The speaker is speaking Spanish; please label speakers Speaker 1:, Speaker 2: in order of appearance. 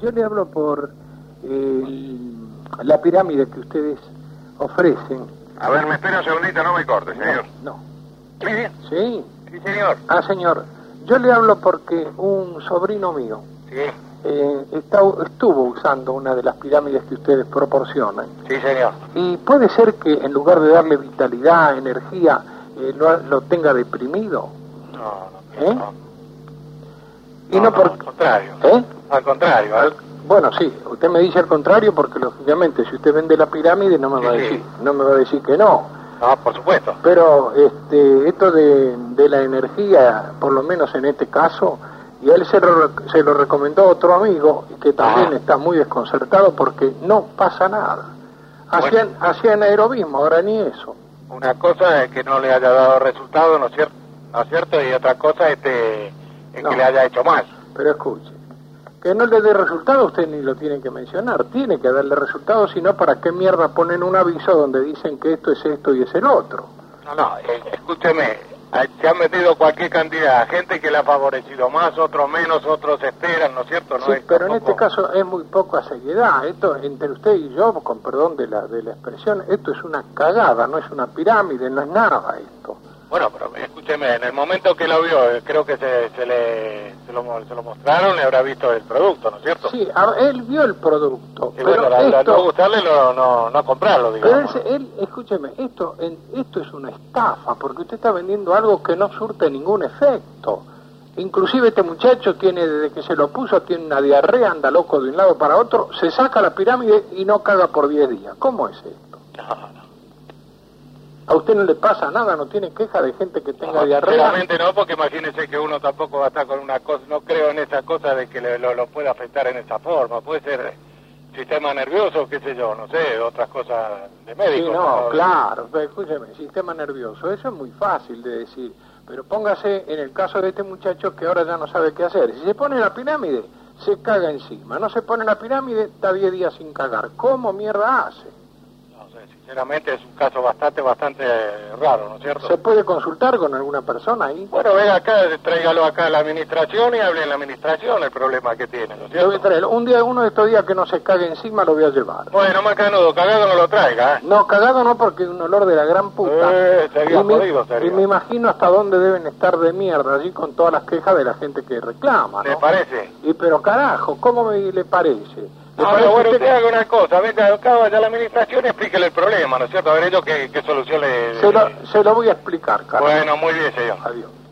Speaker 1: yo le hablo por eh, la pirámide que ustedes ofrecen.
Speaker 2: A ver, me espera un segundito, no me corte, señor.
Speaker 1: No.
Speaker 2: Sí, sí,
Speaker 1: Sí.
Speaker 2: sí, señor.
Speaker 1: Ah, señor, yo le hablo porque un sobrino mío
Speaker 2: Sí,
Speaker 1: eh, está- estuvo usando una de las pirámides que ustedes proporcionan.
Speaker 2: sí, señor.
Speaker 1: Y puede ser que en lugar de darle vitalidad, energía, eh, lo, lo tenga deprimido.
Speaker 2: No, no,
Speaker 1: ¿Eh?
Speaker 2: no.
Speaker 1: Y no,
Speaker 2: No, no,
Speaker 1: por-
Speaker 2: al contrario.
Speaker 1: ¿Eh?
Speaker 2: Al contrario, al-
Speaker 1: Bueno, sí, usted me dice al contrario porque lógicamente si usted vende la pirámide no me va a
Speaker 2: Sí, sí.
Speaker 1: decir, no me va a decir que no.
Speaker 2: no, por supuesto.
Speaker 1: Pero este, esto de, de la energía, por lo menos en este caso, y a él se lo, rec- se lo recomendó a otro amigo que también
Speaker 2: Ah.
Speaker 1: está muy desconcertado porque no pasa nada. Hacían, hacían aerobismo, ahora ni eso.
Speaker 2: Una cosa es que no le haya dado resultado, ¿no es cierto? ¿No es cierto? Y otra cosa este, es
Speaker 1: No.
Speaker 2: que le haya hecho mal.
Speaker 1: Pero escuche, que no le dé resultado usted ni lo tiene que mencionar, tiene que darle resultado, si no, ¿para qué mierda ponen un aviso donde dicen que esto es esto y es el otro?
Speaker 2: No, no, eh, escúcheme, ah, se han metido cualquier cantidad, gente que le ha favorecido más, otros menos, otros esperan, ¿no es cierto? No
Speaker 1: Sí,
Speaker 2: es
Speaker 1: pero en
Speaker 2: tampoco-
Speaker 1: este caso es muy poca seriedad. Esto, entre usted y yo, con perdón de la, de la expresión, esto es una cagada, no es una pirámide, no es nada esto.
Speaker 2: Bueno, pero escúcheme, en el momento que lo vio, eh, creo que se, se le, se, lo, mo- se lo mostraron, le habrá visto el producto, ¿no es cierto?
Speaker 1: Sí, a- él vio el producto,
Speaker 2: Y
Speaker 1: pero
Speaker 2: bueno, la- la- no
Speaker 1: esto...
Speaker 2: gustarle, no, no, no comprarlo,
Speaker 1: Pero él,
Speaker 2: digamos.
Speaker 1: se- él- escúcheme, esto, en- esto es una estafa, porque usted está vendiendo algo que no surte ningún efecto. Inclusive este muchacho tiene, desde que se lo puso, tiene una diarrea, anda loco de un lado para otro, se saca la pirámide y no caga por 10 días. ¿Cómo es esto?
Speaker 2: No, no.
Speaker 1: A usted no le pasa nada, no tiene queja de gente que tenga
Speaker 2: No,
Speaker 1: diarrea.
Speaker 2: sinceramente no, porque imagínese que uno tampoco va a estar con una cosa, no creo en esa cosa de que le- lo, lo pueda afectar en esa forma, puede ser sistema nervioso, qué sé yo, no sé, otras cosas de
Speaker 1: Sí,
Speaker 2: médico.
Speaker 1: no, claro, pero escúcheme, sistema nervioso, eso es muy fácil de decir, pero póngase en el caso de este muchacho que ahora ya no sabe qué hacer. Si se pone la pirámide, se caga encima, no se pone la pirámide, está 10 días sin cagar. ¿Cómo mierda hace?
Speaker 2: No sé, sinceramente es un caso bastante, bastante raro, ¿no es cierto?
Speaker 1: ¿Se puede consultar con alguna persona ahí?
Speaker 2: Bueno, ven acá, tráigalo acá a la administración y hable en la administración el problema que tiene, ¿no es
Speaker 1: Yo voy a
Speaker 2: cierto?
Speaker 1: traerlo. Un día, uno de estos días que no se cague encima, lo voy a llevar.
Speaker 2: Bueno, más canudo, cagado no lo traiga, ¿eh?
Speaker 1: No, cagado no, porque es un olor de la gran puta.
Speaker 2: Eh, sería
Speaker 1: y, me,
Speaker 2: jodido, sería.
Speaker 1: y me imagino hasta dónde deben estar de mierda allí con todas las quejas de la gente que reclama,
Speaker 2: ¿Le
Speaker 1: ¿no?
Speaker 2: parece?
Speaker 1: Y pero carajo, ¿cómo me, le parece? ¿Le
Speaker 2: Ah,
Speaker 1: parece
Speaker 2: pero bueno,
Speaker 1: usted-
Speaker 2: usted haga una cosa, venga acá, vaya a la administración y explíquele el problema, ¿no es cierto? A ver ellos qué, qué solución le...
Speaker 1: se, lo, se lo voy a explicar, carajo.
Speaker 2: Bueno, muy bien, señor.
Speaker 1: Adiós.